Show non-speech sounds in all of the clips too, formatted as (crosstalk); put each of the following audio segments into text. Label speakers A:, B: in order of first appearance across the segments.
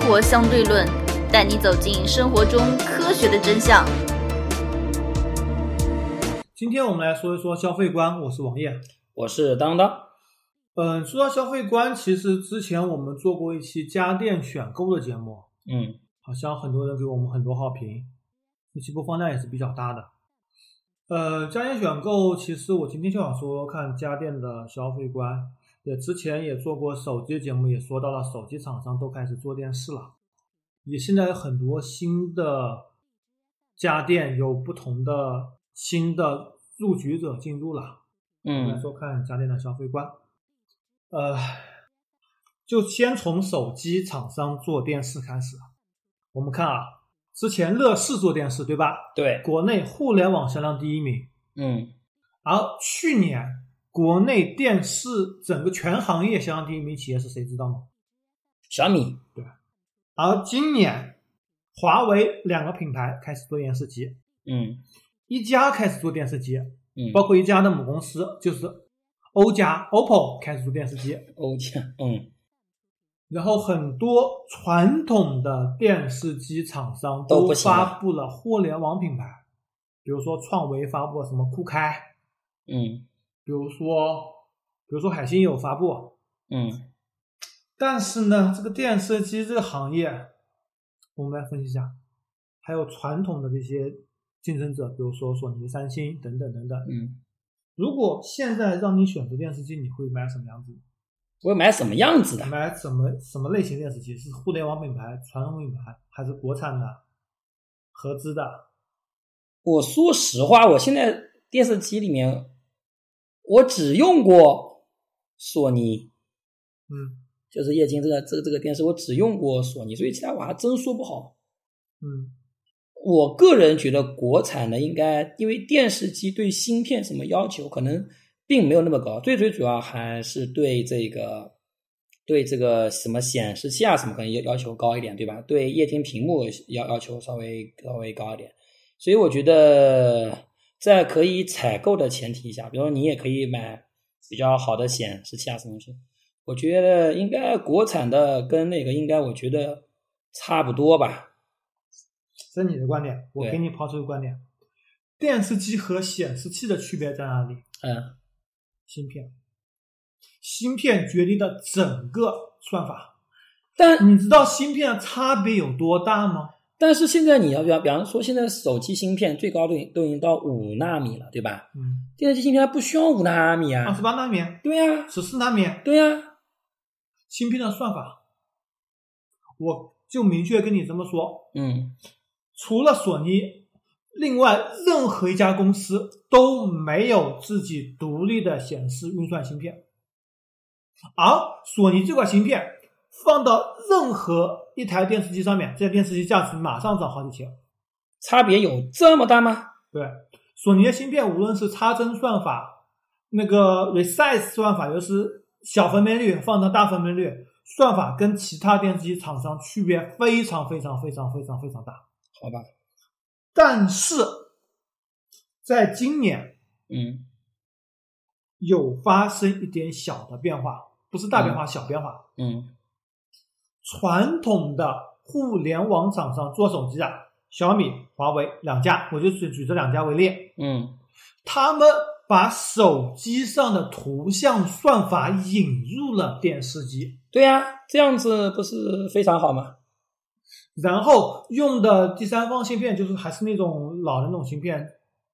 A: 活相对论》，带你走进生活中科学的真相。
B: 今天我们来说一说消费观，我是王烨。
C: 我是当当，
B: 嗯，说到消费观，其实之前我们做过一期家电选购的节目，
C: 嗯，
B: 好像很多人给我们很多好评，这期播放量也是比较大的。呃，家电选购，其实我今天就想说说看家电的消费观，也之前也做过手机节目，也说到了手机厂商都开始做电视了，也现在有很多新的家电有不同的新的入局者进入了。我们来
C: 嗯
B: 说看家电的消费观。呃，就先从手机厂商做电视开始。我们看啊，之前乐视做电视，对吧？
C: 对，
B: 国内互联网销量第一名，
C: 嗯
B: 而去年国内电视整个全行业销量第一名企业是谁知道吗？
C: 小米，
B: 而今年，华为两个品牌开始做电视机，
C: 嗯
B: 一加开始做电视机，
C: 嗯，
B: 包括一加的母公司就是欧家 OPPO 开始做电视机。
C: 欧家，嗯
B: 然后很多传统的电视机厂商
C: 都
B: 都
C: 不行了
B: 发布了互联网品牌，比如说创维发布了什么酷开，
C: 嗯
B: 比如说比如说海信也有发布，
C: 嗯，
B: 但是呢，这个电视机这个行业，我们来分析一下，还有传统的这些竞争者，比如说索尼、三星等等等等。
C: 嗯，
B: 如果现在让你选择电视机，你会买什么样子？
C: 我买什么样子的？
B: 买什么什么类型电视机？是互联网品牌、传统品牌，还是国产的、合资的？
C: 我说实话，我现在电视机里面，我只用过索尼，
B: 嗯
C: 就是液晶这个这个这个电视，我只用过索尼，所以其他我还真说不好。
B: 嗯
C: 我个人觉得国产的应该，因为电视机对芯片什么要求可能并没有那么高，最最主要还是对这个对这个什么显示器啊什么可能要要求高一点，对吧？对液晶屏幕要要求稍微稍微高一点，所以我觉得在可以采购的前提下，比如说你也可以买比较好的显示器啊什么东西，我觉得应该国产的跟那个应该我觉得差不多吧，
B: 这是你的观点，我
C: 对
B: 给你抛出一个观点：电视机和显示器的区别在哪里？
C: 嗯。
B: 芯片，芯片决定了整个算法。
C: 但
B: 你知道芯片的差别有多大吗？
C: 但是现在你要比方比方说，现在手机芯片最高都已都已经到五纳米了，对吧？
B: 嗯，
C: 电视机芯片它不需要五纳米
B: 二十
C: 啊，
B: 八纳米、
C: 对呀、
B: 十四纳米，
C: 对呀、
B: 芯片的算法，我就明确跟你这么说，
C: 嗯，
B: 除了索尼，另外任何一家公司都没有自己独立的显示运算芯片，而索尼这款芯片放到任何一台电视机上面，这台电视机价值马上涨好几千。
C: 差别有这么大吗？
B: 对，索尼的芯片无论是插帧算法、那个 resize 算法，就是小分辨率放到大分辨率，算法跟其他电视机厂商区别非常非常非常非常非常大。
C: 好吧，
B: 但是在今年
C: 嗯
B: 有发生一点小的变化，不是大变化，小变化。
C: 嗯
B: 传统的互联网厂商做手机的，小米、华为两家，我就举举这两家为例，
C: 嗯
B: 他们把手机上的图像算法引入了电视机，
C: 对呀、这样子不是非常好吗？
B: 然后用的第三方芯片就是还是那种老的那种芯片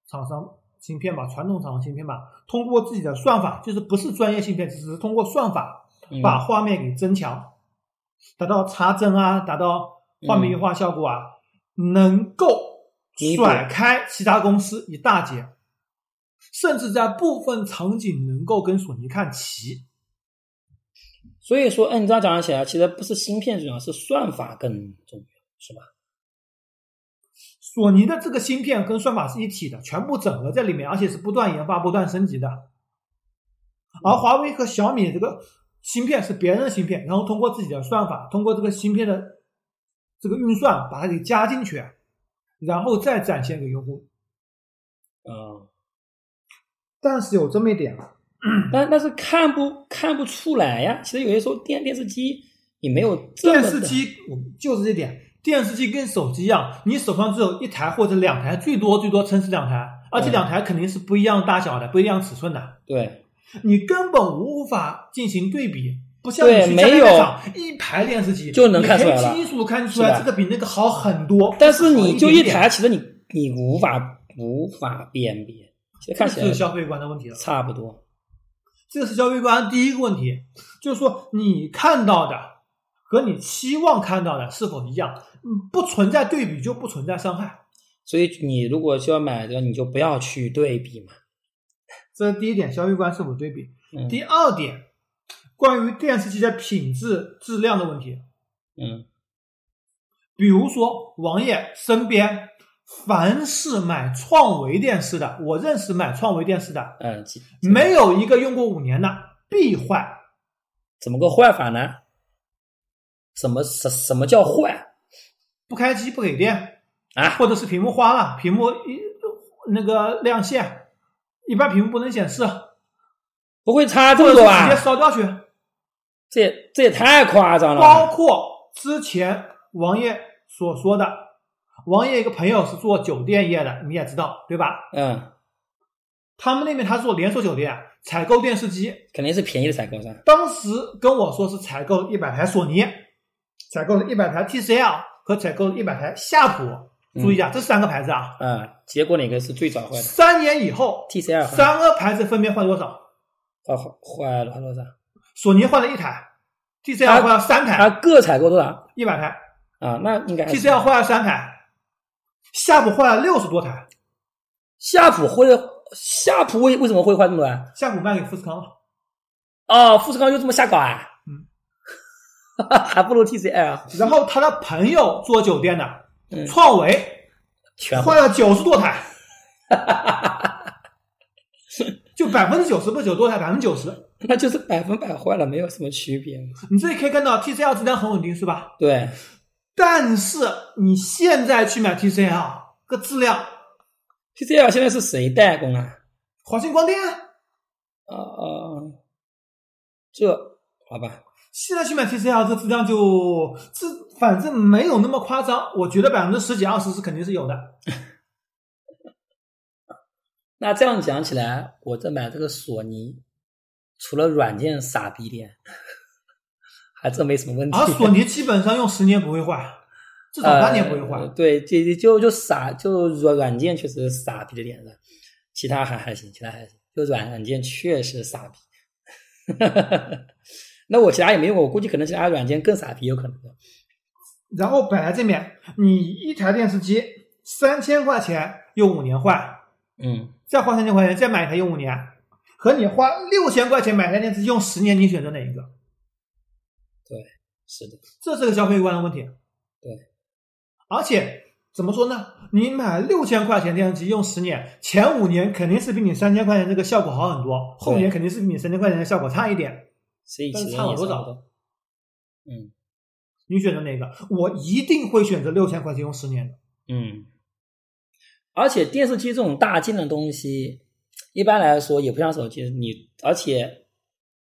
B: 厂商芯片吧，传统厂商芯片吧，通过自己的算法，就是不是专业芯片，只是通过算法
C: 嗯、
B: 把画面给增强，达到插帧啊，达到画面优化效果啊，能够
C: 弥补
B: 甩开其他公司一大截，甚至在部分场景能够跟索尼看齐。
C: 所以说，哎，你这样讲起来，其实不是芯片重要，是算法更重要，是吧？
B: 索尼的这个芯片跟算法是一体的，全部整合在里面，而且是不断研发、不断升级的。而华为和小米这个芯片是别人的芯片，然后通过自己的算法，通过这个芯片的这个运算把它给加进去，然后再展现给用户。
C: 嗯，
B: 但是有这么一点啊，
C: 但但是看不看不出来呀。其实有些时候电电视机你没有这
B: 电
C: 么的
B: 视机，我就是这点，电视机跟手机一样，你手上只有一台或者两台，最多最多撑死两台，而且
C: 嗯
B: 两台肯定是不一样大小的、不一样尺寸的，
C: 对
B: 你根本无法进行对比。不像
C: 对
B: 你去家
C: 没
B: 电
C: 有
B: 厂一排电视机
C: 就能看出来
B: 你
C: 了
B: 可以清楚地看出
C: 是
B: 来
C: 吧
B: 这个比那个好很多。
C: 但是你就一
B: 点
C: 台，其实你你无法无法辨别，其实看起
B: 这是
C: 来
B: 消费观的问题了。
C: 差不多。
B: 这是消费观第一个问题，就是说你看到的和你期望看到的是否一样？嗯，不存在对比就不存在伤害，
C: 所以你如果需要买的，你就不要去对比嘛。
B: 这是第一点，消费观是否对比。
C: 嗯
B: 第二点，关于电视机的品质质量的问题，
C: 嗯
B: 比如说王爷身边。凡是买创维电视的，我认识买创维电视的，
C: 嗯，
B: 没有一个用过五年的，必坏。
C: 怎么个坏法呢？什么什什么叫坏
B: 不开机不给电，
C: 啊？
B: 或者是屏幕花了，屏幕一那个亮线，一般屏幕不能显示，
C: 不会差这
B: 或者是直
C: 么多
B: 接
C: 吧？嗯
B: 烧掉去。
C: 这也这也太夸张了
B: 包
C: 吧！
B: 括之前王爷所说的，王爷一个朋友是做酒店业的，你也知道对吧？
C: 嗯，
B: 他们那边他做连锁酒店，采购电视机，
C: 肯定是便宜的采购商。
B: 当时跟我说是采购一百台索尼，采购了一百台 TCL 和采购了一百台夏普。注意一下，这三个牌子啊。
C: 嗯，结果哪个是最早坏的
B: 三年以后，
C: ？TCL 坏
B: 三个牌子分别换多少？
C: 坏坏了坏多少？
B: 索尼换了一台
C: 啊
B: ，TCL 换了三台，
C: 啊，各采购多少
B: 一百台
C: 啊？那应该还是
B: ，TCL 换了三台，夏普换了六十多台，
C: 夏普会夏普为为什么会坏这么多啊？
B: 夏普卖给富士康了。
C: 哦，富士康就这么瞎搞啊？
B: 嗯，
C: (laughs) 还不如 TCL
B: 然后他的朋友做酒店的
C: 嗯，
B: 创维
C: 全坏
B: 换了九十多台，就百分之九十不是九十多台，百分之九十。
C: 那就是百分百坏了，没有什么区别。
B: 你这里可以看到 TCL 质量很稳定，是吧？
C: 对，
B: 但是你现在去买 TCL，个质量，
C: TCL 现在是谁代工啊？
B: 华星光电
C: 啊啊，啊这好吧，
B: 现在去买 TCL 这质量就这反正没有那么夸张，我觉得百分之十几二十是肯定是有的。
C: 那这样讲起来，我这买这个索尼，除了软件傻逼点， (laughs) 还真没什么问题。
B: 而啊索尼基本上用十年不会坏，至少八年不会坏。
C: 呃对，就就就傻，就软软件确实傻逼的点上，其他还还行，其他还行，就软软件确实傻逼。 (laughs) 那我其他也没用过，我估计可能其他软件更傻逼，有可能的。
B: 然后本来这面你一台电视机三千块钱用五年换，
C: 嗯，
B: 再花三千块钱再买一台用五年，和你花六千块钱买台电视机用十年，你选择哪一个？
C: 是的，
B: 这是个消费观的问题。
C: 对，
B: 而且怎么说呢？你买六千块钱电视机用十年，前五年肯定是比你三千块钱这个效果好很多，后年肯定是比你三千块钱的效果差一点。
C: 所以
B: 但
C: 其
B: 是
C: 实也
B: 差
C: 差
B: 好
C: 不
B: 多
C: 多。嗯
B: 你选择哪个？我一定会选择六千块钱用十年的。
C: 嗯，而且电视机这种大件的东西，一般来说也不像手机，你而且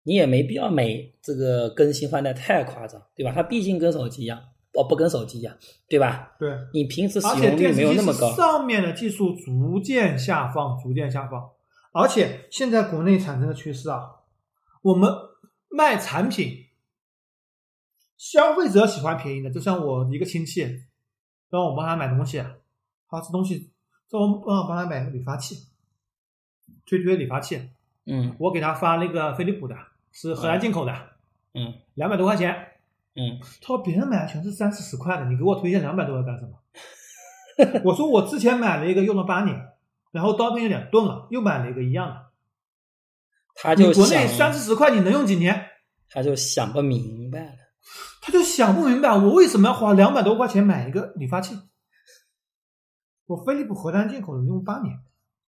C: 你也没必要每这个更新换代太夸张，对吧？它毕竟跟手机一样，哦，不跟手机一样，对吧？
B: 对，
C: 你平时使
B: 而且
C: 用率
B: 电视
C: 没有
B: 机
C: 那么
B: 是
C: 高，
B: 上面的技术逐渐下放，逐渐下放。而且现在国内产生的趋势啊，我们卖产品，消费者喜欢便宜的，就像我一个亲戚，让我帮他买东西，啊他这东西让我让我帮他买个理发器，推推理发器，
C: 嗯
B: 我给他发那个飞利浦的，是荷兰进口的，
C: 嗯
B: 两百多块钱。
C: 嗯，
B: 他说别人买的全是三四十块的，你给我推荐两百多的干什么？ (laughs) 我说我之前买了一个用了八年，然后刀片有点钝了，又买了一个一样的。
C: 他
B: 你
C: 就
B: 国内
C: 想
B: 三四十块你能用几年？
C: 他就想不明白了。
B: 他就想不明白我为什么要花两百多块钱买一个理发器。我飞利浦荷兰进口的用八年，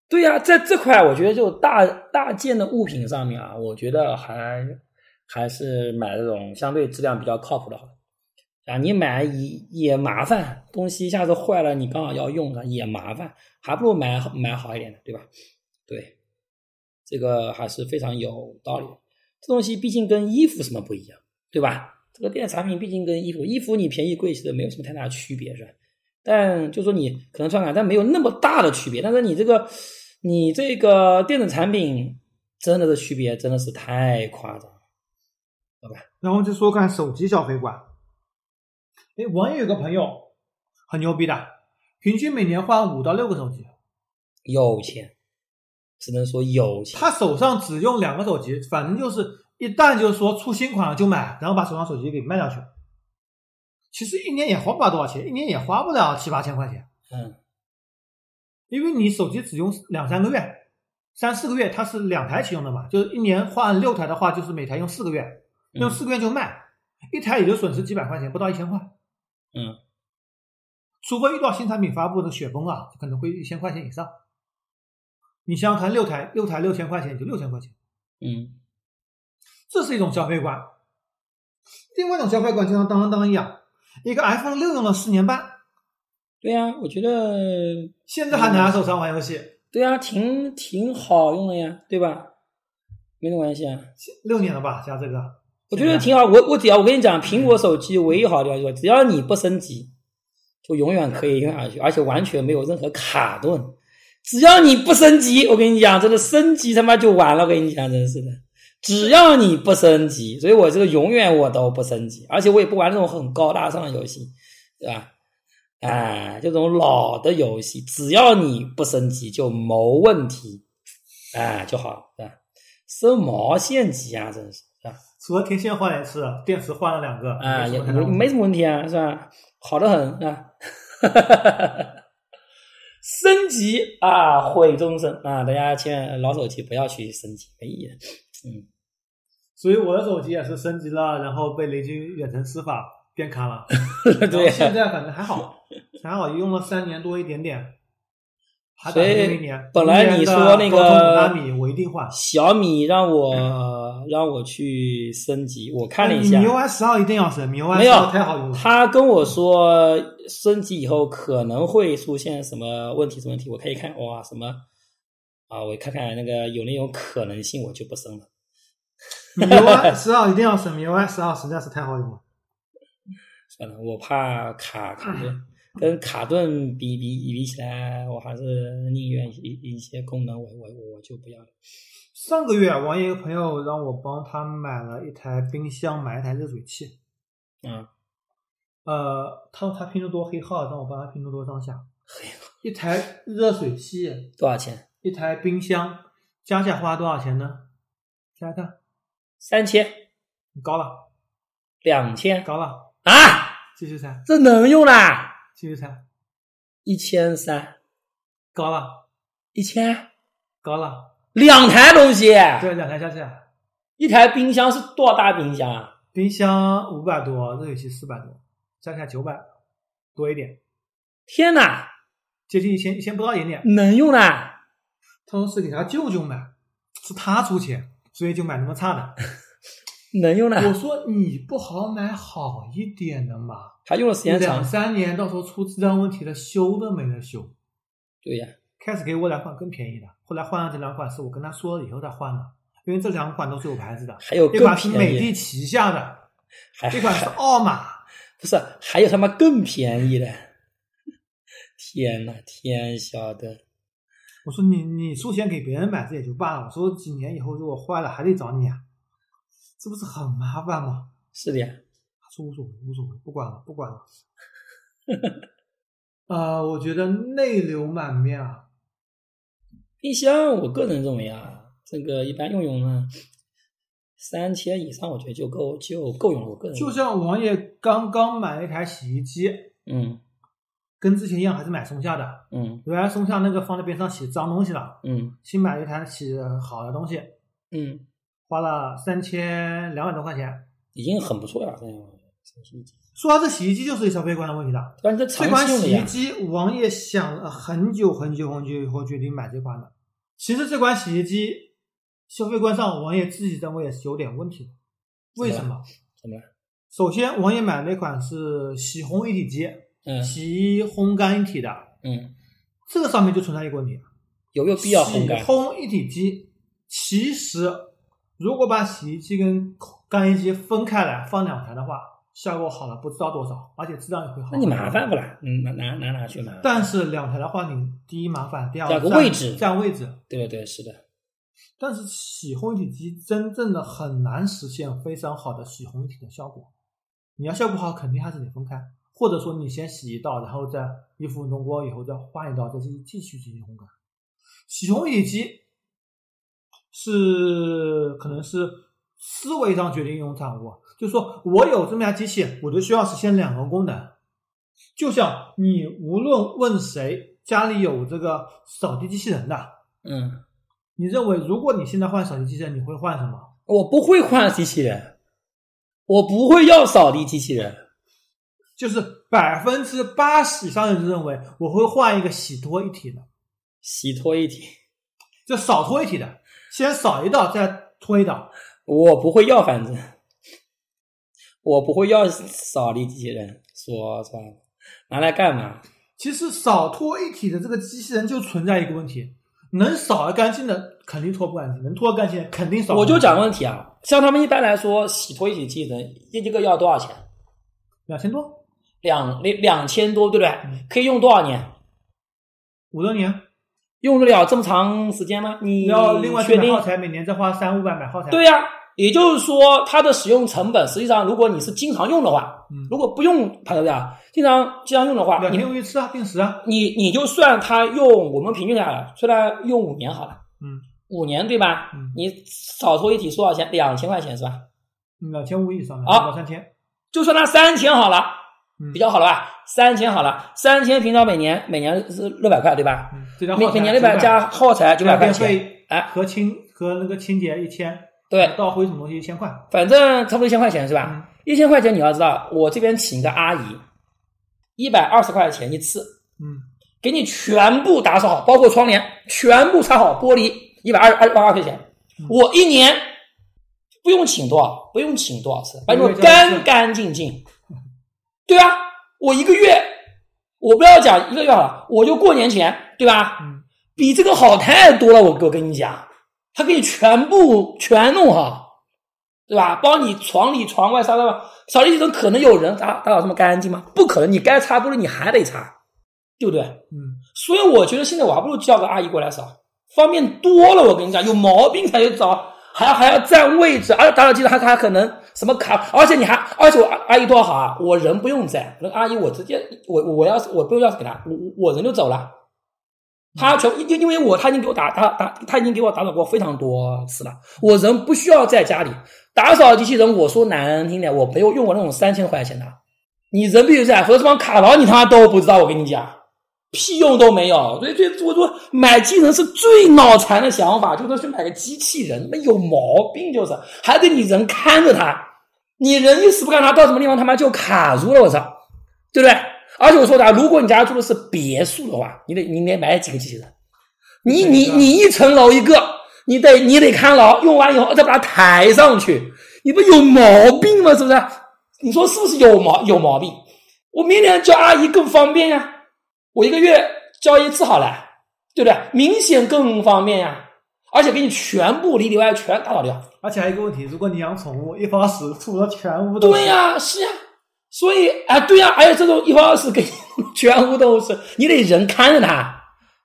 C: 对呀、在这块我觉得就大大件的物品上面啊，我觉得还还是买这种相对质量比较靠谱的好。啊，你买也也麻烦，东西一下子坏了，你刚好要用上也麻烦，还不如买好买好一点的，对吧？对，这个还是非常有道理的。这东西毕竟跟衣服什么不一样，对吧？这个电子产品毕竟跟衣服，衣服你便宜贵其实没有什么太大区别，是吧？但就说你可能穿感，但没有那么大的区别。但是你这个，你这个电子产品真的是区别真的是太夸张了，好吧？
B: 然后就说看手机消费观，哎，我也有个朋友很牛逼的，平均每年换五到六个手机，
C: 有钱，只能说有钱。
B: 他手上只用两个手机，反正就是一旦就是说出新款了就买，然后把手上手机给卖掉去。其实一年也花不了多少钱，一年也花不了七八千块钱，
C: 嗯，
B: 因为你手机只用两三个月、三四个月，它是两台启用的嘛，就是一年换六台的话，就是每台用四个月，
C: 嗯
B: 用四个月就卖，一台也就损失几百块钱，不到一千块。
C: 嗯，
B: 除非遇到新产品发布的雪崩啊，可能会一千块钱以上。你想想看，六台六台六千块钱也就六千块钱，
C: 嗯，
B: 这是一种消费观。另外一种消费观就像当当当一样，一个 iPhone 六用了四年半，
C: 对呀、我觉得
B: 现在还拿在手上玩游戏，
C: 对呀、挺挺好用的呀，对吧？没什么关系啊，
B: 六年了吧？加这个，
C: 我觉得挺好。我我只要我跟你讲，苹果手机唯一好的地方就是，只要你不升级，就永远可以用下去，而且完全没有任何卡顿。只要你不升级，我跟你讲，真的升级他妈就完了。我跟你讲，真是的，只要你不升级，所以我这个永远我都不升级，而且我也不玩那种很高大上的游戏，对吧？啊，这种老的游戏，只要你不升级就没问题，啊就好了，对吧？升毛线级啊，真是，对吧？
B: 除了天线换了一次，电池换了两个，
C: 啊，也
B: 什么太大
C: 没
B: 问题
C: 没什么问题啊，是吧？好的很，是吧？ (laughs) 升级啊，毁终身啊！大家千万老手机不要去升级，没意义的。
B: 所以我的手机也是升级了，然后被雷军远程司法变卡
C: (laughs)
B: 了。然后
C: 对啊
B: 现在反正还好，还好用了三年多一点点，还打
C: 所以
B: 算用一年。
C: 本来你说那个
B: 明年的高通五纳米，我一定换。
C: 小米让我、让我去升级，我看了一下
B: 米，UI 十二一定要升，米 UI
C: 没
B: 十
C: 有
B: 二太好用了。
C: 他跟我说升级以后可能会出现什么问题？什么问题？我看一看，哇，什么啊？我看看那个有那种可能性，我就不升了。
B: 米 UI 十二一定要升，米 UI 十二实在是太好用了。
C: 算了，我怕卡卡
B: 啊
C: 顿，跟卡顿比比比起来，我还是宁愿一一些功能我我我就不要了。
B: 上个月王爷一个朋友让我帮他买了一台冰箱，买一台热水器。
C: 嗯，
B: 呃，他他拼多多黑号，让我帮他拼多多上下。一台热水器，
C: 多少钱？
B: 一台冰箱，加起来花多少钱呢？加一看，
C: 三千、
B: 高了，
C: 两千
B: 高了，
C: 啊？
B: 继续猜，
C: 这能用啦？
B: 继续猜，
C: 一千三，
B: 高了，
C: 一千，
B: 高了，
C: 两台东西，
B: 这两台加起来，
C: 一台冰箱是多大冰箱啊？
B: 冰箱五百多，热水器四百多，加起来九百多一点，
C: 天哪，
B: 接近一千，一千不到一点点。
C: 能用啦？
B: 他说是给他舅舅买，是他出钱，所以就买那么差
C: (laughs)
B: 的。
C: 能用
B: 我
C: 啦？
B: 说你不好买好一点的嘛，
C: 它用的时间
B: 两
C: 长。
B: 三年到时候出质量问题了，修都没得修。
C: 对呀、
B: 开始给我两款更便宜的，后来换了这两款是我跟他说了以后再换的，因为这两款都是有牌子的，
C: 还有
B: 一
C: 更
B: 款是美
C: 便宜，
B: 的旗下的，
C: 还
B: 一款是奥玛。
C: 不是，还有他妈更便宜的！天呐，天晓得，
B: 我说你你出钱给别人买这也就罢了，我说几年以后如果坏了还得找你啊，这不是很麻烦吗？
C: 是的呀，
B: 他说无所谓无所谓，不管了不管了。 (laughs) 呃，我觉得泪流满面啊，
C: 冰箱我个人认为啊，这个一般用用呢，三千以上我觉得就够就够用了。我个人
B: 就像王爷刚刚买了一台洗衣机，
C: 嗯
B: 跟之前一样还是买松下的，
C: 嗯
B: 原来松下那个放在边上洗脏东西了。
C: 嗯
B: 新买了一台洗好的东西，
C: 嗯，
B: 花了三千两百多块钱。
C: 已经很不错了。这样这是
B: 说到这洗衣机，就是消费观的问题了。
C: 但这
B: 这
C: 长
B: 款
C: 期用的
B: 洗衣
C: 呀，
B: 机，王爷想了很久很久很久以后决定买这款的。其实这款洗衣机消费观上，王爷自己认为也是有点问题的。为什么？
C: 怎么了？
B: 首先，王爷买那款是洗烘一体机，
C: 嗯
B: 洗衣烘干一体的，
C: 嗯，
B: 这个上面就存在一个问题：
C: 有没有必要烘干
B: 洗？烘一体机其实如果把洗衣机跟干衣机分开来放两台的话，效果好了不知道多少，而且质量也会好。
C: 那你麻烦不啦？嗯，拿拿拿哪去拿？
B: 但是两台的话，你第一麻烦，第二
C: 第嗯二个
B: 占
C: 位置
B: 占位置。
C: 对对是的，
B: 但是洗烘一体机真正的很难实现非常好的洗烘一体的效果。你要效果好，肯定还是得分开，或者说你先洗一道，然后再一分钟过以后再换一道，再继继续进行烘干。洗烘一体机是可能是思维上决定应用产物，就是说我有这么台机器，我就需要实现两个功能。就像你无论问谁家里有这个扫地机器人的，
C: 嗯，
B: 你认为如果你现在换扫地机器人，你会换什么？
C: 我不会换机器人，我不会要扫地机器人，
B: 就是百分之八十以上的人认为我会换一个洗拖一体的，
C: 洗拖一体，
B: 就扫拖一体的，先扫一道再拖一道。
C: 我不会要，反正我不会要扫地机器人，说穿了，拿来干嘛？
B: 其实扫拖一体的这个机器人就存在一个问题，能扫得干净的肯定拖不干净，能拖得干净的肯定扫。
C: 我就讲问题啊，像他们一般来说，洗拖一体机器人一一个要多少钱？
B: 两千多，
C: 两两两千多，对不对？
B: 嗯
C: 可以用多少年？
B: 五六年，
C: 用得了这么长时间吗？你
B: 你要另外去
C: 确
B: 买
C: 定
B: 耗材，每年再花三五百买耗材。
C: 对呀、也就是说，它的使用成本，实际上如果你是经常用的话，
B: 嗯
C: 如果不用它对不对啊？经常经常用的话，
B: 两
C: 你
B: 天用一次啊，定时啊，
C: 你你就算它用，我们平均下来，虽然用五年好了，
B: 嗯，
C: 五年对吧？
B: 嗯
C: 你少拖一体是多少钱？两千块钱是吧？
B: 嗯两千五以上的，
C: 好
B: 两三千，
C: 就算它三千好了，
B: 嗯
C: 比较好了吧？三千好了，三千平常每年每年是六百块对吧？
B: 嗯，这叫
C: 每
B: 耗材
C: 每年六百
B: 900
C: 加耗材九百块
B: 电
C: 钱，
B: 费
C: 哎，
B: 和清和那个清洁一千，
C: 对，啊
B: 倒灰什么东西一千块，
C: 反正差不多一千块钱是吧？
B: 嗯
C: 一千块钱你要知道，我这边请一个阿姨，一百二十块钱一次，
B: 嗯，
C: 给你全部打扫好，包括窗帘全部擦好，玻璃一百二二十八块钱
B: 嗯，
C: 我一年不用请多少，不用请多少次，把你弄
B: 一个月这样子
C: 干干净净。对啊，我一个月，我不要讲一个月好了，我就过年前，对吧？
B: 嗯
C: 比这个好太多了，我我跟你讲，他给你全部全弄好，对吧？帮你床里床外沙发上，扫地机器人可能有人打打扫这么干净吗？不可能，你该擦玻璃你还得擦，对不对？
B: 嗯，
C: 所以我觉得现在我还不如叫个阿姨过来扫，方便多了。我跟你讲，有毛病才去找，还要还要占位置，而且打扫机器还还可能什么卡，而且你还而且我阿阿姨多好啊，我人不用站，那个阿姨我直接我我我要是我不用钥匙给她，我我我人就走了。她全因因为我她已经给我打打打，她已经给我打扫过非常多次了，我人不需要在家里打扫机器人。我说难听点，我没有用过那种三千块钱的，你人必须在，否则这帮卡牢你他妈都不知道。我跟你讲。屁用都没有。所以，所以我说买机器人是最脑残的想法，就是去买个机器人，他妈有毛病就是，还得你人看着它，你人一死不干它，到什么地方他妈就卡住了，我操，对不对？而且我说的啊，如果你家住的是别墅的话，你得你得买几个机器人，你你你一层楼一个，你得你得看牢，用完以后再把它抬上去，你不有毛病吗？是不是？你说是不是有毛有毛病？我明年叫阿姨更方便呀、我一个月交一次好了，对不对？明显更方便呀、而且给你全部里里外外全打扫掉。
B: 而且还有一个问题，如果你养宠物，一泡屎吐的全屋都是
C: 对，呀、是呀、所以啊，对呀、还有这种一包二十给全屋都是，你得人看着它，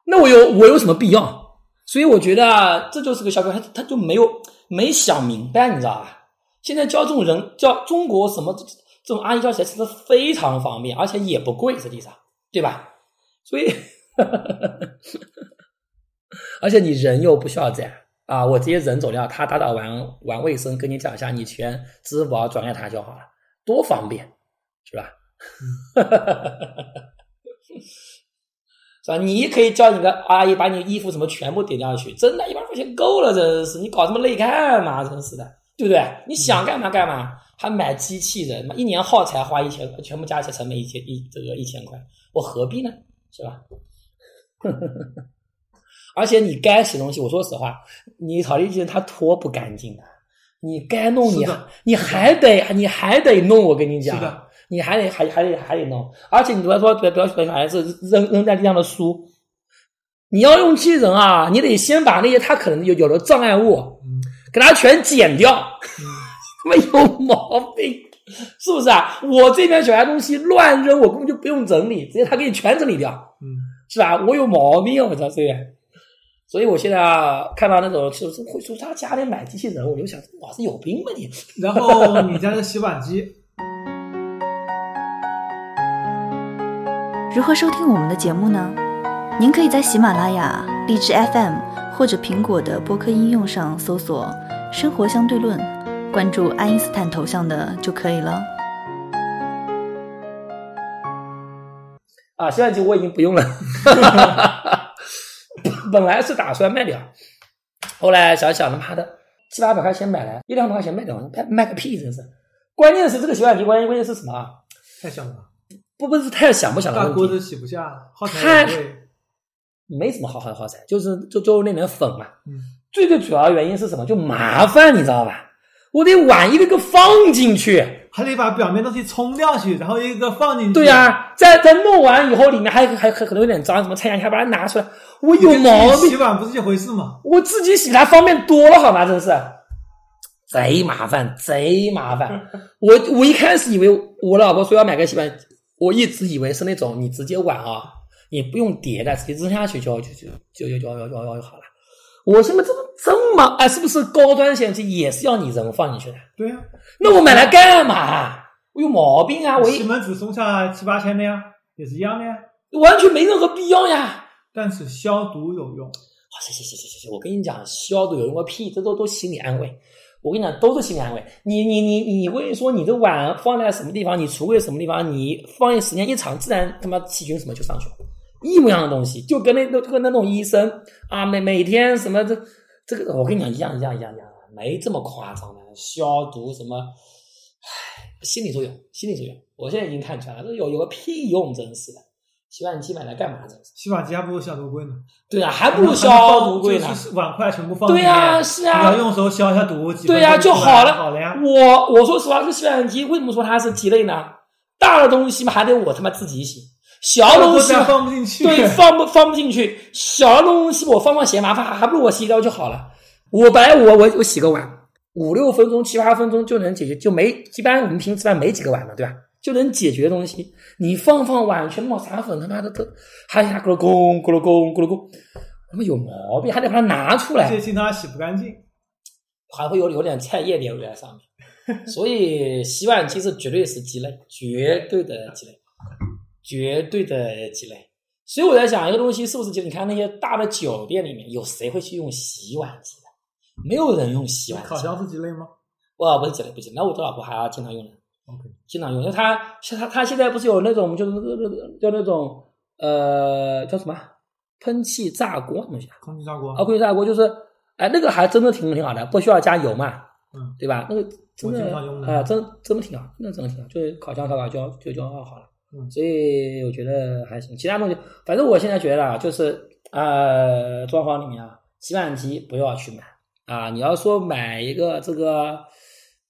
C: 那我有我有什么必要？所以我觉得啊这就是个消费，他他就没有没想明白，你知道吧？现在教这种人教中国什么这这种阿姨教起来其实非常方便，而且也不贵，实际上对吧？所以， (laughs) 而且你人又不需要这样啊，我直接人走掉，他打扫完完卫生，跟你讲一下，你钱支付宝转给他就好了，多方便，是吧？ (laughs) 是吧？你可以叫你的阿姨把你衣服什么全部叠上去，真的，一百块钱够了，真是你搞这么累干嘛？真是的，对不对？你想干嘛干嘛，还买机器人，妈一年耗材花一千，全部加起来成本一千一这个一千块，我何必呢？是吧？ (laughs) 而且你该洗东西，我说实话，你扫地机器人它拖不干净的，你该弄你
B: 是的
C: 你还得你还得弄，我跟你讲，
B: 是的
C: 你还得还还得还得弄，而且你不要说不要不要把小孩子扔扔在地上的书，你要用机器人啊，你得先把那些他可能有有的障碍物
B: 嗯，
C: 给它全剪掉， (laughs) 他妈有毛病，是不是啊？我这边小孩东西乱扔，我根本就不用整理，直接他给你全整理掉，
B: 嗯，
C: 是吧？我有毛病啊，我操，这个。所以我现在啊，看到那种是是会从他家里买机器人，我就想，哇，这有病吧你？
B: 然后你家的洗碗
C: (laughs)
B: 机，
D: 如何收听我们的节目呢？您可以在喜马拉雅、荔枝 FM 或者苹果的播客应用上搜索“生活相对论”，关注爱因斯坦头像的就可以了。
C: 啊，洗碗机我已经不用了， (laughs) 本来是打算卖掉，后来想想他妈的七八百块钱买来，一两百块钱卖掉，卖卖个屁，真是。关键是这个洗碗机，关键关键是什么啊？
B: 太香了，
C: 不不是太想不想
B: 大
C: 的
B: 锅
C: 问
B: 子洗
C: 题，
B: 不下，耗材也贵。
C: 没什么好好好菜，就是就最后那点粉嘛。
B: 嗯
C: 最最主要原因是什么？就麻烦，你知道吧？我得碗一个个放进去。
B: 还得把表面东西冲掉去，然后一个放进去。
C: 对呀、再再弄完以后，里面还还还可能有点脏，什么菜芽你还把它拿出来，我
B: 你
C: 有
B: 跟自己洗。
C: 毛病
B: 碗不是一回事吗？
C: 我自己洗它方便多了，好吗？真是贼麻烦，贼麻烦。我我一开始以为我老婆说要买个洗碗，我一直以为是那种你直接碗啊，你不用叠的，直接扔下去就就就就就就就就就好了。我现在这么这么哎，是不是高端显示器也是要你人放进去的？
B: 对呀、
C: 那我买来干嘛？啊我有毛病啊！我
B: 西
C: 一
B: 门子松下七八千的呀，也是一样的呀。
C: 完全没任何必要呀。
B: 但是消毒有用，
C: 啊，行行行行行行，我跟你讲，消毒有用个屁，这都都心理安慰。我跟你讲，都是心理安慰。你你你你，我跟你说，你的碗放在什么地方，你橱柜什么地方，你放一时间一长，自然他妈细菌什么就上去了，一模一样的东西，就跟那跟那种医生啊，每每天什么这这个，我跟你讲一样一样一样一样，没这么夸张的。消毒什么，唉，心理作用，心理作用，我现在已经看出来了，这有有个屁用，真是的。洗碗机买来干嘛？真是。
B: 洗碗机还不如消毒柜呢，
C: 对啊，还不如消毒柜呢
B: 就。是碗筷全部放进
C: 对
B: 去。
C: 呀是啊
B: 你要用的时候消一下毒，几分
C: 对呀、
B: 钟
C: 就
B: 出来
C: 好了。
B: 好了呀。
C: 我我说实话，这个洗碗机为什么说它是鸡肋呢？大的东西嘛，还得我他妈自己洗；小的东西
B: 再
C: 嘛，
B: 放不进去。
C: 对，放不放不进去。小的东西我放放嫌麻烦，还不如我洗掉就好了。我本来我我我洗个碗，五六分钟、七八分钟就能解决，就没一般我们平时吃饭没几个碗嘛，对吧？就能解决的东西，你放放碗全冒撒粉，他妈的都还呀咕噜咕咕噜咕咕噜咕，他妈有毛病，还得把它拿出来
B: 而。且经常洗不干净。
C: 还会有有点菜叶留在上面，所以洗碗机是绝对是鸡肋，绝对的鸡肋，绝对的鸡肋。所以我在想，一个东西是不是就你看那些大的酒店里面，有谁会去用洗碗机的？没有人用洗碗机。
B: 烤箱是鸡肋吗？
C: 哇，不是鸡肋，不是鸡肋。那我的老婆还要经常用呢
B: OK
C: 经常用，因为她像她她现在不是有那种就是就那种呃叫什么喷气炸锅东西啊？
B: 空气炸锅。
C: 啊，空气炸锅就是，哎，那个还真的挺挺好的，不需要加油嘛，
B: 嗯，
C: 对吧？那个
B: 我
C: 真的
B: 经常用的
C: 啊、真真的挺好，那真的挺好，就是烤箱烧烤就要就就要好了，
B: 嗯
C: 所以我觉得还行。其他东西，反正我现在觉得啊，就是呃，装潢里面啊，洗碗机不要去买啊，你要说买一个这个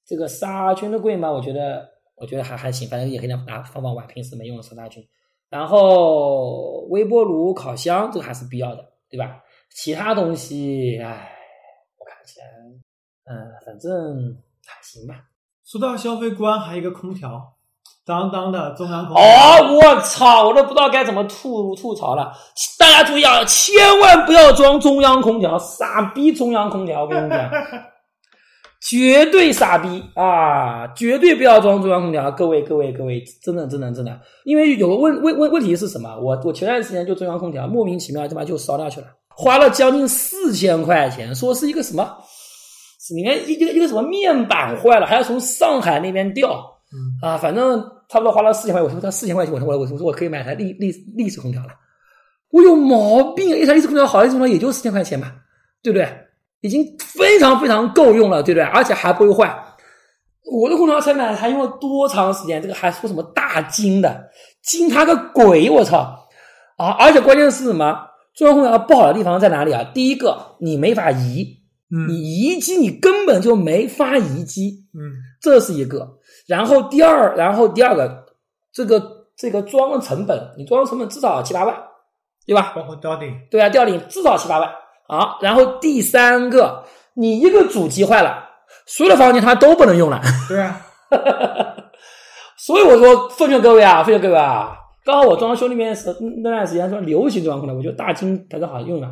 C: 这个杀菌的柜嘛，我觉得我觉得还还行，反正也可以拿拿放放碗，平时没用的杀杀菌。然后微波炉、烤箱这个还是必要的，对吧？其他东西，唉，我看起来，嗯、反正还行吧。
B: 说到消费观，还有一个空调，当当的中央空调。
C: 哦，我操，我都不知道该怎么吐吐槽了。大家注意啊，千万不要装中央空调，傻逼中央空调，我跟你 (laughs) 讲，绝对傻逼啊，绝对不要装中央空调，各位各位各位，真的真的真的，因为有个问问问问题是什么？我我前段时间就中央空调莫名其妙他妈就烧掉去了，花了将近四千块钱，说是一个什么，里面一一个一个什么面板坏了，还要从上海那边调。
B: 嗯，
C: 啊，反正差不多花了四千块，我说他四千块钱，我说我我说我可以买台立立立式空调了，我有毛病，啊一台立式空调好，一式空调也就四千块钱吧，对不对？已经非常非常够用了，对不对？而且还不会坏。我的空调才买还用了多长时间？这个还说什么大金的，金他个鬼！我操啊！而且关键是什么？中央空调不好的地方在哪里啊？第一个，你没法移，
B: 嗯
C: 你移机你根本就没法移机，
B: 嗯，
C: 这是一个。然后第二，然后第二个，这个这个装的成本，你装的成本至少七八万，对吧？
B: 包括吊顶。
C: 对啊，吊顶至少七八万啊。然后第三个，你一个主机坏了，所有的房间它都不能用了。 (laughs)
B: 对啊，
C: 所以我说奉劝各位啊，奉劝各位啊，刚好我装修那边时那段时间说流行装潢呢，我觉得大金才是好用的。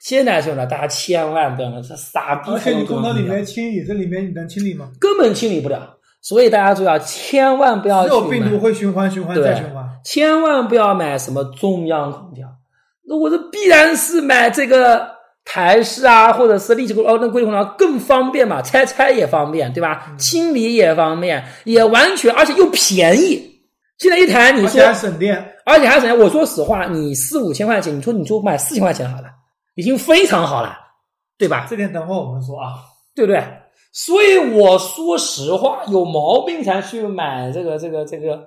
C: 现在是呢，大家千万不要弄，是傻逼
B: 而且
C: 才能
B: 你
C: 装
B: 从
C: 潢
B: 那
C: 的
B: 里面清理，这里面你能清理吗？
C: 根本清理不了。所以大家注意啊，千万不要
B: 只有
C: 去
B: 病
C: 买
B: 毒，会循环、循环
C: 对
B: 再循环。
C: 千万不要买什么中央空调，那我这必然是买这个台式啊，或者是立体空调哦，那规体空调更方便嘛，拆拆也方便，
B: 嗯
C: 对吧？清理也方便，也完全而且又便宜。现在一台你
B: 而
C: 说
B: 且还省电，
C: 而且还是怎样？我说实话，你四五千块钱，你说你就买四千块钱好了，已经非常好了，对吧？
B: 这点等会儿我们说啊。
C: 对不对？所以我说实话，有毛病才去买这个这个这个，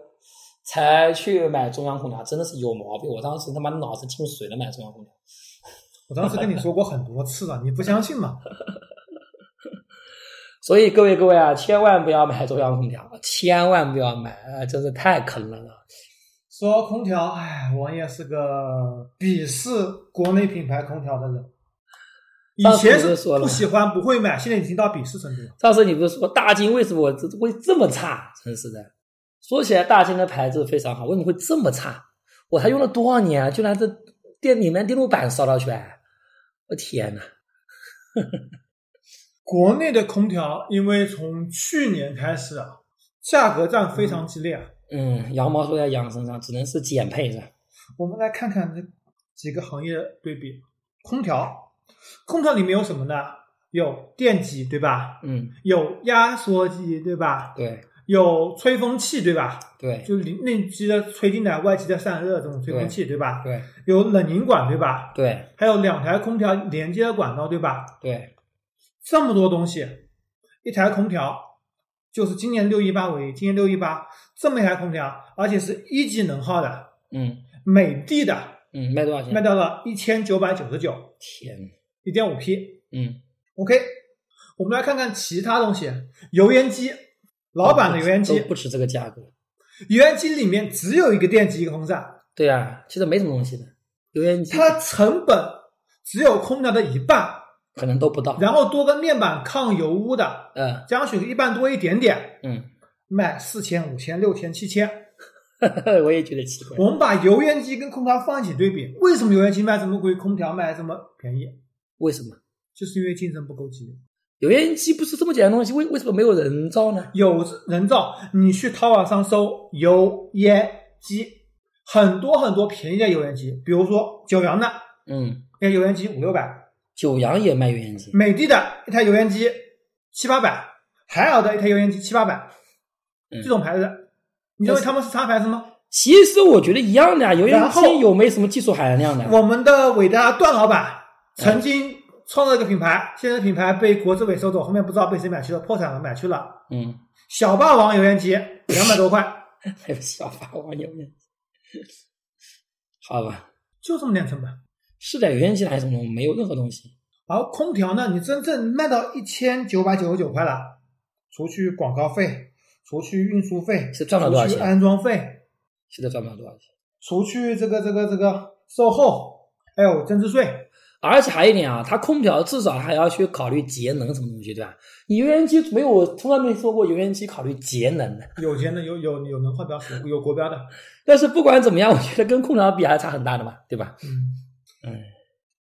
C: 才去买中央空调，真的是有毛病。我当时他妈脑子进水了，买中央空调。
B: 我当时跟你说过很多次了，你不相信嘛？
C: 所以各位各位啊，千万不要买中央空调，千万不要买，啊真是太坑了啊！
B: 说到空调，哎，我也是个鄙视国内品牌空调的人。以前
C: 上次你就是说了
B: 不喜欢、不会买，现在已经到鄙视程度了。
C: 上次你不是说大金为什么我这会这么差？真是的，说起来大金的牌子非常好，为什么会这么差？我才用了多少年啊，居然这电里面电路板烧到去了！我天哪！
B: 国内的空调，因为从去年开始啊，价格战非常激烈啊。
C: 嗯，羊毛出在羊身上，只能是减配是吧？
B: 我们来看看这几个行业对比。空调，空调里面有什么呢？有电机，对吧？
C: 嗯，
B: 有压缩机，对吧？
C: 对
B: 有吹风机，对吧？
C: 对
B: 就是里内机的吹进来，外机的散热这种吹风器，对吧？
C: 对
B: 有冷凝管，对吧？
C: 对
B: 还有两台空调连接的管道，对吧？
C: 对，
B: 这么多东西，一台空调就是今年六一八为例，今年六一八这么一台空调，而且是一级能耗的，
C: 嗯
B: 美的的，
C: 嗯，卖多少钱？
B: 卖到了一千九百九十九，
C: 天，
B: 一点五 P。
C: 嗯，
B: OK，我们来看看其他东西，油烟机，老板的油烟机，
C: 都不止这个价格。
B: 油烟机里面只有一个电机一个风扇，
C: 对啊，其实没什么东西的，油烟机
B: 它的成本只有空调的一半，
C: 可能都不到。
B: 然后多个面板抗油污的，
C: 嗯
B: 加上水一半多一点点，
C: 嗯，
B: 卖四千、五千、六千、七千。
C: 嗯 (laughs) 我也觉得奇怪。
B: 我们把油烟机跟空调放一起对比，为什么油烟机卖这么贵，空调卖这么便宜？
C: 为什么
B: 就是因为竞争不够激烈。
C: 油烟机不是这么简单的东西，为为什么没有人造呢？
B: 有人造，你去淘宝上搜油烟机，很多很多便宜的油烟机，比如说九阳的
C: 嗯，
B: 一台油烟机五六百，
C: 九阳也卖油烟机。
B: 美的的一台油烟机七八百，海尔的一台油烟机七八百，
C: 嗯
B: 这种牌子，你认为他们是差牌子吗？
C: 其实我觉得一样的啊，油烟
B: 然后
C: 机有没什么技术含量的？
B: 我们的伟大段老板
C: 嗯
B: 曾经创造一个品牌，现在品牌被国资委收走，后面不知道被谁买去了，破产了买去了。
C: 嗯，
B: 小霸王油烟
C: (laughs)
B: 机两百多块，
C: 还有小霸王油烟机， (laughs) 好吧。
B: 就这么点成本。
C: 是在油烟机还是什么东西？没有任何东西。
B: 然后空调呢，你真正卖到一千九百九十九块了，除去广告费，除去运输费，
C: 是赚了多少
B: 除
C: 钱
B: 去安装费，
C: 现在赚不了多少钱。
B: 除去这个这个这个售后，还有增值税，
C: 而且还有一点啊，它空调至少还要去考虑节能什么东西，对吧？你油烟机没有，我从来没说过油烟机考虑节能的。
B: 有钱的有有有能耗标识，有国标的，
C: 但是不管怎么样，我觉得跟空调比还差很大的嘛，对吧？
B: 嗯，
C: 嗯，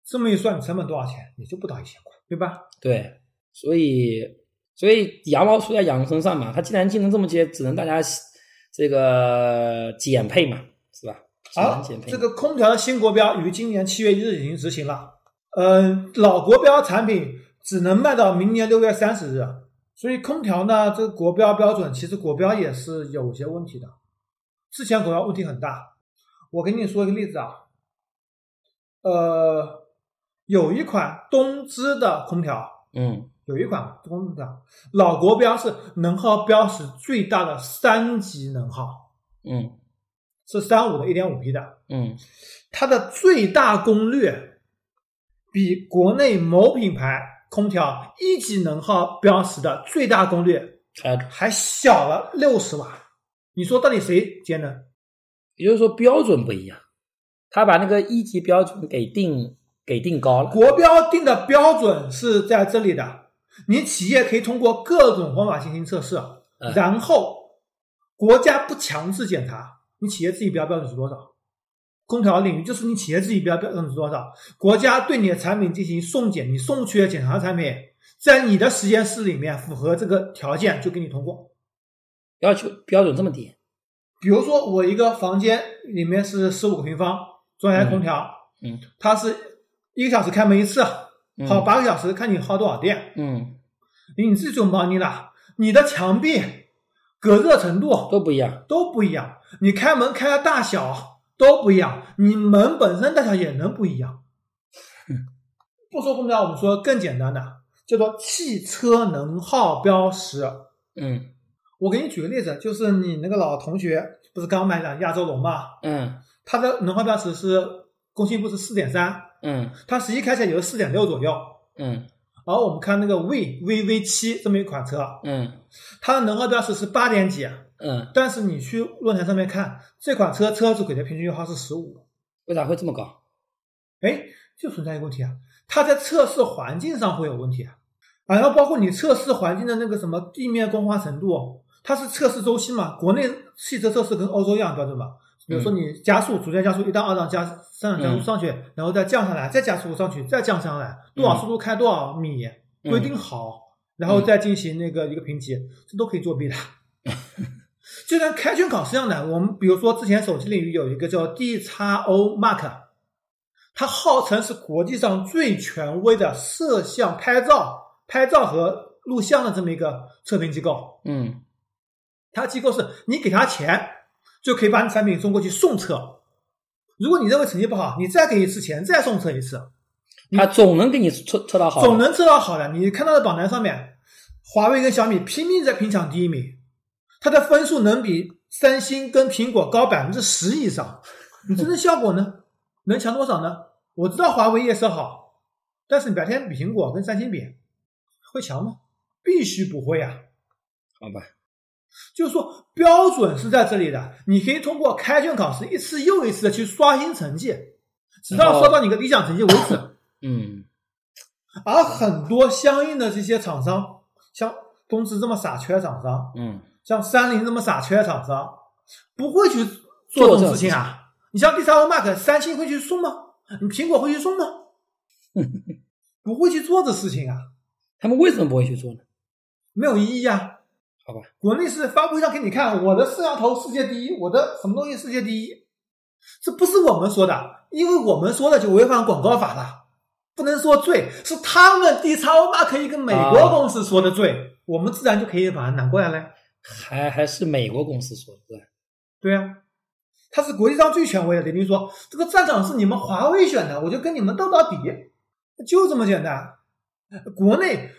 B: 这么一算，成本多少钱？也就不到一千块，对吧？
C: 对，所以所以羊毛出在羊身上嘛，它既然竞争这么激烈，只能大家这个减配嘛，是吧？只能
B: 好
C: 减，配
B: 啊这个空调的新国标于今年七月一日已经执行了，嗯、老国标产品只能卖到明年六月三十日，所以空调呢，这个国标标准其实国标也是有些问题的，之前国标问题很大。我给你说一个例子啊，呃，有一款东芝的空调，
C: 嗯
B: 有一款东芝的老国标是能耗标识最大的三级能耗，
C: 嗯
B: 是三五的一点五 P 的，
C: 嗯
B: 它的最大功率比国内某品牌空调一级能耗标识的最大功率
C: 还要
B: 还小了六十瓦。你说到底谁节能？
C: 也就是说标准不一样，他把那个一级标准给定给定高了。
B: 国标定的标准是在这里的，你企业可以通过各种方法进行测试，啊
C: 嗯
B: 然后国家不强制检查，你企业自己标标准是多少？空调领域就是你企业自己标标准是多少，国家对你的产品进行送检，你送去检查产品，在你的实验室里面符合这个条件就给你通过。
C: 要求标准这么低，
B: 比如说我一个房间里面是十五个平方，中央空调，
C: 嗯
B: 它是一个小时开门一次，啊
C: 嗯
B: 耗八个小时，看你耗多少电。
C: 嗯，
B: 你自己就忙你了，你的墙壁隔热程度
C: 都不一样，
B: 都不一样，你开门开的大小都不一样，你门本身大小也能不一样。
C: 嗯
B: 不说空调，我们说更简单的，叫做汽车能耗标识。
C: 嗯
B: 我给你举个例子，就是你那个老同学不是刚买辆亚洲龙嘛，
C: 嗯
B: 它的能耗标识是工信部是四点三，
C: 嗯
B: 它实际开起来也就四点六左右。
C: 嗯
B: 然后我们看那个 V V V 七这么一款车，啊
C: 嗯
B: 它的能耗标识是八点几，啊
C: 嗯，
B: 但是你去论坛上面看，这款车车主给的平均油耗是十五，
C: 为啥会这么高？
B: 哎，就存在一个问题啊，它在测试环境上会有问题啊，啊，然后包括你测试环境的那个什么地面光滑程度，哦它是测试周期嘛，国内汽车测试跟欧洲一样标准嘛，比如说你加速，逐渐加速，一档、二档加三档加速
C: 嗯
B: 上去，然后再降下来，再加速上去，再降下来，多少速度开多少米，
C: 嗯
B: 规定好，然后再进行那个一个评级，这都可以作弊的。就跟开卷考试一样的，我们比如说之前手机领域有一个叫 D x O Mark，它号称是国际上最权威的摄像拍照、拍照和录像的这么一个测评机构。
C: 嗯
B: 它机构是你给他钱就可以把你产品送过去送测，如果你认为成绩不好，你再给一次钱再送测一次，
C: 他总能给你测测到好的，
B: 总能测到好的。你看到的榜单上面，华为跟小米拼命在拼抢第一名，它的分数能比三星跟苹果高百分之十以上。你真正效果呢， (laughs) 能强多少呢？我知道华为夜色好，但是你白天比苹果跟三星比，会强吗？必须不会啊！
C: 好吧？
B: 就是说标准是在这里的，你可以通过开卷考试一次又一次的去刷新成绩，直
C: 然
B: 到
C: 后
B: 刷到你的理想成绩为止。
C: 嗯
B: 而很多相应的这些厂商，像东芝这么傻缺的厂商，
C: 嗯
B: 像三菱这么傻缺的厂商，不会去做这
C: 做这
B: 种
C: 种
B: 事情啊。你像第三方 mark，三星会去送吗？你苹果会去
C: (laughs)
B: 送吗？不会去做这事情啊，
C: 他们为什么不会去做呢？
B: 没有意义啊。
C: 好吧，
B: 国内是发布会上给你看，我的摄像头世界第一，我的什么东西世界第一，这不是我们说的，因为我们说的就违反广告法了，不能说罪，是他们 D x O mark 一个美国
C: 啊
B: 公司说的罪，我们自然就可以把它拿过来嘞。
C: 还还是美国公司说的，对吧
B: 对呀、啊，他是国际上最权威的。雷军说，这个站长是你们华为选的，我就跟你们斗到底，就这么简单。国内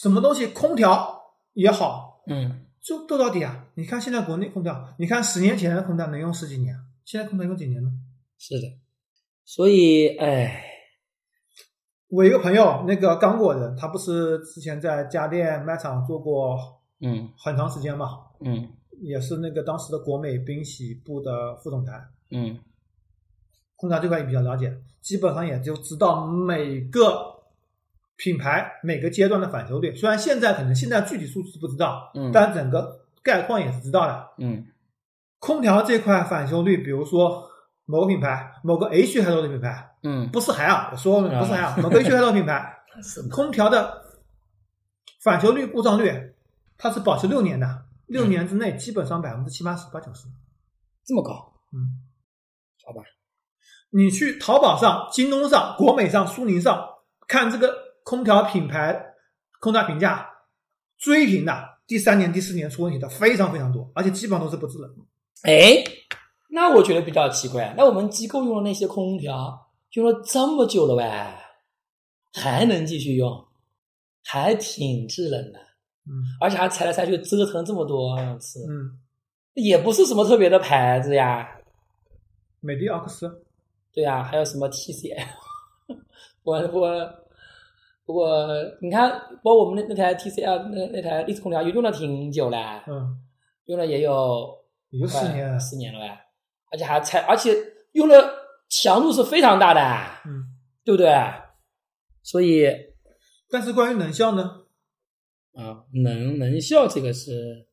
B: 什么东西，空调也好，
C: 嗯
B: 就斗到底啊！你看现在国内空调，你看十年前的空调能用十几年，现在空调用几年呢？
C: 是的，所以哎，
B: 我一个朋友，那个刚果人，他不是之前在家电卖场做过
C: 嗯
B: 很长时间嘛，
C: 嗯
B: 也是那个当时的国美冰洗部的副总裁。
C: 嗯
B: 空调这块也比较了解，基本上也就知道每个品牌每个阶段的返修率。虽然现在可能现在具体数字不知道，
C: 嗯
B: 但整个概况也是知道的。
C: 嗯
B: 空调这块返修率，比如说某个品牌，某个 H 开头的品牌，
C: 嗯，
B: 不是海尔，我说了
C: 啊
B: 不是海尔，某个 H 开头的品牌，
C: 是
B: 空调的返修率、故障率，它是保持六年的，六年之内基本上百分之七八十、八九十。
C: 这么高，
B: 嗯，
C: 好吧？
B: 你去淘宝上、京东上、国美上、苏宁上看这个空调品牌空调评价，追评的第三年、第四年出问题的非常非常多，而且基本上都是不治的。
C: 哎，那我觉得比较奇怪，啊那我们机构用的那些空调用了这么久了喂，还能继续用，还挺制冷的，
B: 嗯
C: 而且还拆来拆去折腾这么多次，
B: 嗯，
C: 也不是什么特别的牌子呀，
B: 美的、奥克斯，
C: 对呀、还有什么 TCL，我我我，你看，包括我们那那台 TCL 那那台立式空调也用了挺久了，
B: 嗯，
C: 用了也有
B: 也就四
C: 快
B: 年。啊
C: 四年了呗，而且还拆，而且用的强度是非常大的，啊
B: 嗯，
C: 对不对？所以，
B: 但是关于能效呢，
C: 啊，能能效这个是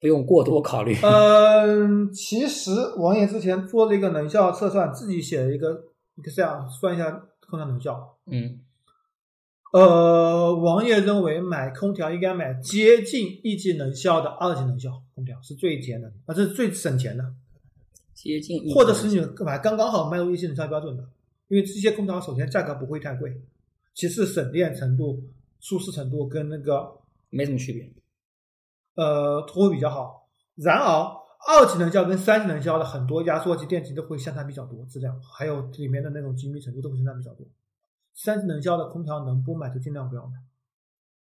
C: 不用过多考虑。
B: 嗯，其实王爷之前做了一个能效测算，自己写了一个 Excel 算一下空调能效。
C: 嗯
B: 呃，王爷认为买空调应该买接近一级能效的二级能效空调是最节能，啊，这是最省钱的，
C: 接近一
B: 或者是你买刚刚好迈入一级能效标准的，因为这些空调首先价格不会太贵，其次省电程度、舒适程度跟那个
C: 没什么区别。
B: 呃都会比较好。然而，二级能效跟三级能效的很多压缩机电机都会相差比较多，质量还有里面的那种精密程度都会相差比较多。三级能效的空调能不买就尽量不要买，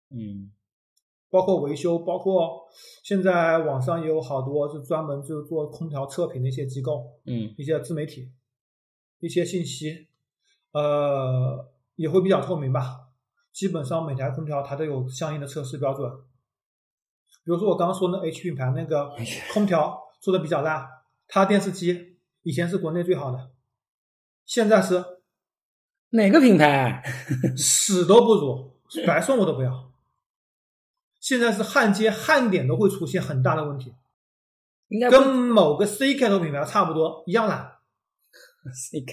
C: 嗯
B: 包括维修，包括现在网上也有好多是专门就做空调测评的一些机构、
C: 嗯
B: 一些自媒体、一些信息，呃，也会比较透明吧。基本上每台空调它都有相应的测试标准，比如说我刚刚说那 H 品牌那个空调做的比较烂，它电视机以前是国内最好的，现在是
C: 哪个品牌？
B: 屎都不如，白送我都不要。现在是焊接焊点都会出现很大的问题，
C: 应该不
B: 跟某个 C 开头品牌差不多一样烂，
C: 是一个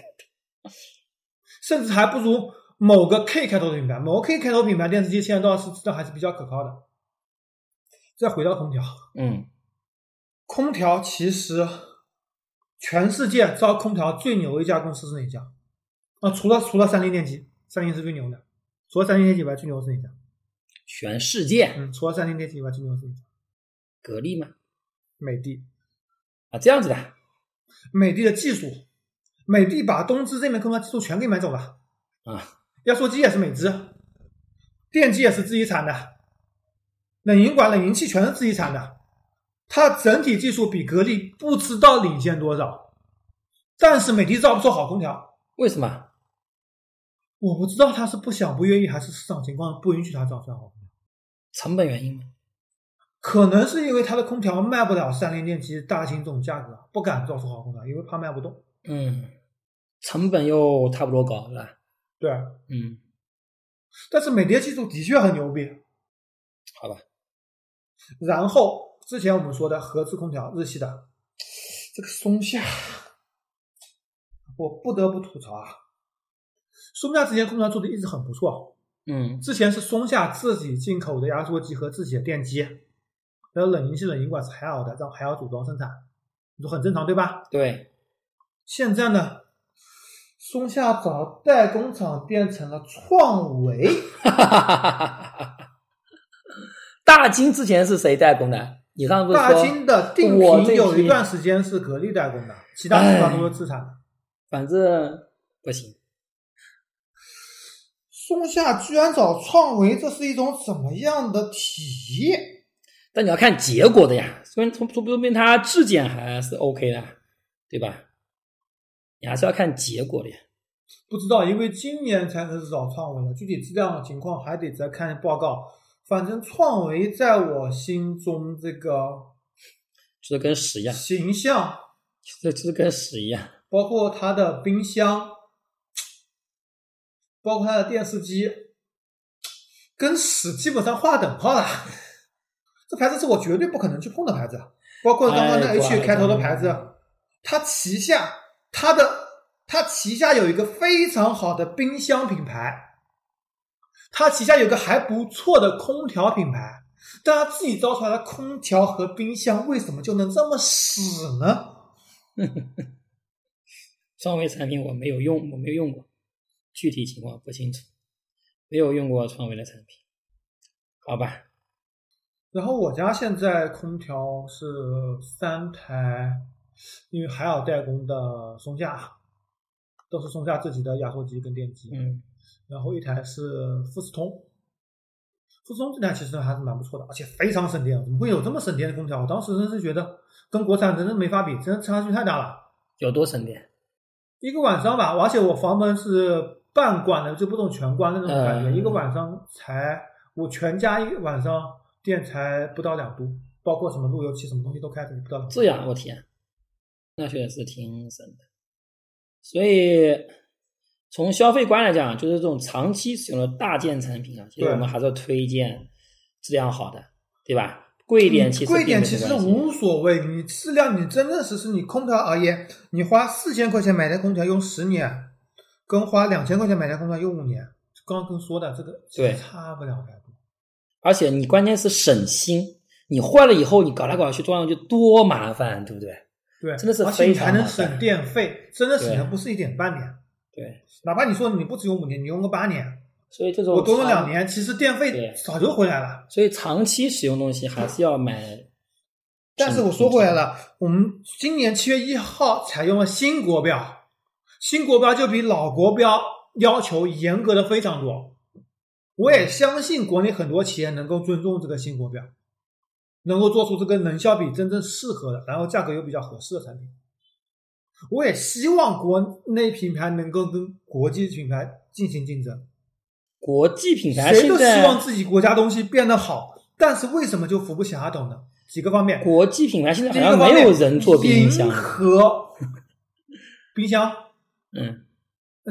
B: 甚至还不如某个 K 开头的品牌。某个 K 开头品牌电视机现在倒是质量还是比较可靠的。再回到空调，
C: 嗯
B: 空调其实全世界造空调最牛一家公司是哪家？啊，除了除了三菱电机，三菱是最牛的。除了三菱电机以外，最牛是哪家？
C: 全世界
B: 嗯，除了三菱电机以外，最牛是哪家？
C: 格力嘛
B: 美的。
C: 啊这样子的
B: 美的的技术，美的把东芝这边空调技术全给买走了，
C: 啊
B: 压缩机也是美资，电机也是自己产的，冷饮管、冷饮器全是自己产的，它整体技术比格力不知道领先多少，但是美的造不出好空调，
C: 为什么？
B: 我不知道他是不想、不愿意，还是市场情况不允许他造出来好空调，
C: 成本原因嘛。
B: 可能是因为它的空调卖不了三菱电机、大型这种价格，不敢造出好空调，因为怕卖不动。
C: 嗯，成本又差不多高是吧？
B: 对，
C: 嗯，
B: 但是美的技术的确很牛逼，
C: 好吧，
B: 然后之前我们说的合资空调，日系的这个松下，我不得不吐槽啊。松下之前空调做的一直很不错，
C: 嗯
B: 之前是松下自己进口的压缩机和自己的电机，还有冷凝器、冷凝管是海尔的，让海尔组装生产，你说很正常对吧？
C: 对，
B: 现在呢，松下找代工厂变成了创维，
C: 大金之前是谁代工的？你刚刚不是
B: 大
C: 说
B: 金的定
C: 我这
B: 频有一
C: 批
B: 段时间是格力代工的，其他地方都是自产的。
C: 反正不行，
B: 松下居然找创维，这是一种怎么样的体验？
C: 但你要看结果的呀。虽然从说不定它质检还是 OK 的，对吧？你还是要看结果的呀。
B: 不知道，因为今年才开始找创维了，具体质量的情况还得再看报告。反正创维在我心中这个
C: 就是跟屎一样，
B: 形象，
C: 这就是跟屎一样。
B: 包括它的冰箱，包括它的电视机，跟屎基本上划等号了。这牌子是我绝对不可能去碰的牌子，啊包括刚刚那
C: 哎乖
B: H 开头的牌子
C: 乖，
B: 它旗下它的它旗下有一个非常好的冰箱品牌，它旗下有个还不错的空调品牌，但它自己造出来的空调和冰箱为什么就能这么屎呢？
C: 创维产品我没有用，我没有用过，具体情况不清楚，没有用过创维的产品，好吧？
B: 然后我家现在空调是三台，因为海尔代工的松下，都是松下自己的压缩机跟电机，
C: 嗯
B: 然后一台是富士通，富士通这台其实还是蛮不错的，而且非常省电，怎么会有这么省电的空调？我当时真是觉得跟国产真的没法比，真的差距太大了。
C: 有多省电？
B: 一个晚上吧，而且我房门是半关的，就不懂全关的那种感觉。
C: 嗯
B: 一个晚上才，我全家一晚上电才不到两度，包括什么路由器、什么东西都开着，也不到两度。
C: 这样，我天，那确实挺省的。所以从消费观来讲，就是这种长期使用的大件产品啊，其实
B: 对
C: 我们还是要推荐质量好的，对吧？贵一点其实
B: 嗯贵一点
C: 并
B: 其
C: 没什
B: 实
C: 么关系
B: 无所谓，你质量你真的是是你空调而言，你花四千块钱买台空调用十年，跟花两千块钱买台空调用五年，刚刚跟说的这个
C: 对
B: 差不了太多。
C: 而且你关键是省心，你坏了以后你搞来搞去装上去多麻烦，对不对？
B: 对，
C: 真的是
B: 而且你
C: 非常
B: 还能
C: 麻烦
B: 省电费，真的省
C: 对
B: 的不是一点半年，
C: 对，
B: 哪怕你说你不只用五年，你用个八年，
C: 所以这种
B: 我多用
C: 长
B: 两，年，其实电费
C: 对
B: 早就回来了。
C: 所以长期使用东西还是要买。
B: 但是我说回来了，我们今年七月一号采用了新国标，新国标就比老国标要求严格的非常多。我也相信国内很多企业能够尊重这个新国标，能够做出这个能效比真正适合的，然后价格又比较合适的产品。我也希望国内品牌能够跟国际品牌进行竞争。
C: 国际品牌
B: 谁
C: 现
B: 都希望
C: 在，
B: 自己国家东西变得好，但是为什么就扶不起阿斗呢？几个方面，
C: 国际品牌现在
B: 第
C: 好
B: 一个
C: 像
B: 方面
C: 没有人做冰箱
B: 银，河、冰箱、
C: 嗯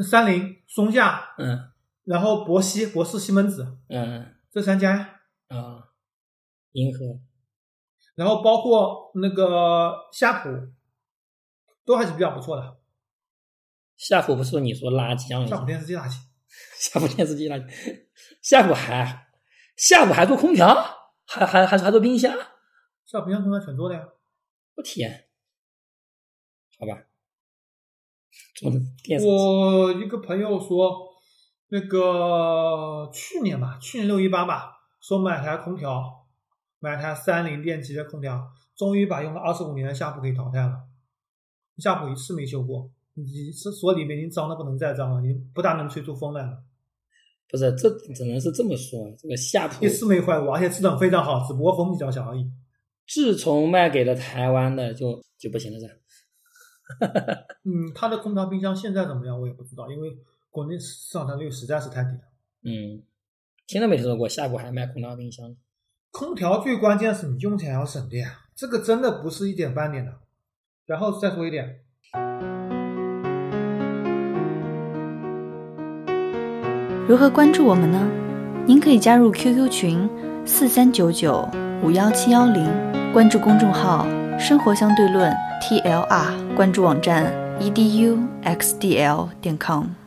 B: 三菱、松下，
C: 嗯
B: 然后博熙、博士、西门子
C: 嗯
B: 这三家，
C: 啊，银河
B: 然后包括那个夏普，都还是比较不错的。
C: 夏普不是你说垃圾样
B: 夏普
C: 吗？
B: 电视机垃圾，
C: 夏普电视机垃圾，夏普还夏普还做空调，还还还还做冰箱，
B: 夏普冰箱空调全做的呀。
C: 我天，好吧，做电视机
B: 我一个朋友说，那个去年吧，去年六一八吧，说买台空调，买台三菱电机的空调，终于把用了二十五年的夏普给淘汰了。夏普一次没修过，你厕所里面已经脏的不能再脏了，你不大能吹出风来了。
C: 不是，这只能是这么说。这个夏普
B: 一次没坏过，而且质量非常好，只不过风比较小而已。
C: 自从卖给了台湾的就就不行了，是吧？
B: 嗯，它的空调冰箱现在怎么样我也不知道，因为国内市场占有率实在是太低了。
C: 嗯，听都没听说过夏普还卖空调冰箱。
B: 空调最关键是你用起来要省电，这个真的不是一点半点的。然后再说一点，
D: 如何关注我们呢？您可以加入 QQ 群四三九九五幺七幺零，关注公众号“生活 E 相对论 ”TLR，关注网站 eduxdl 点 com。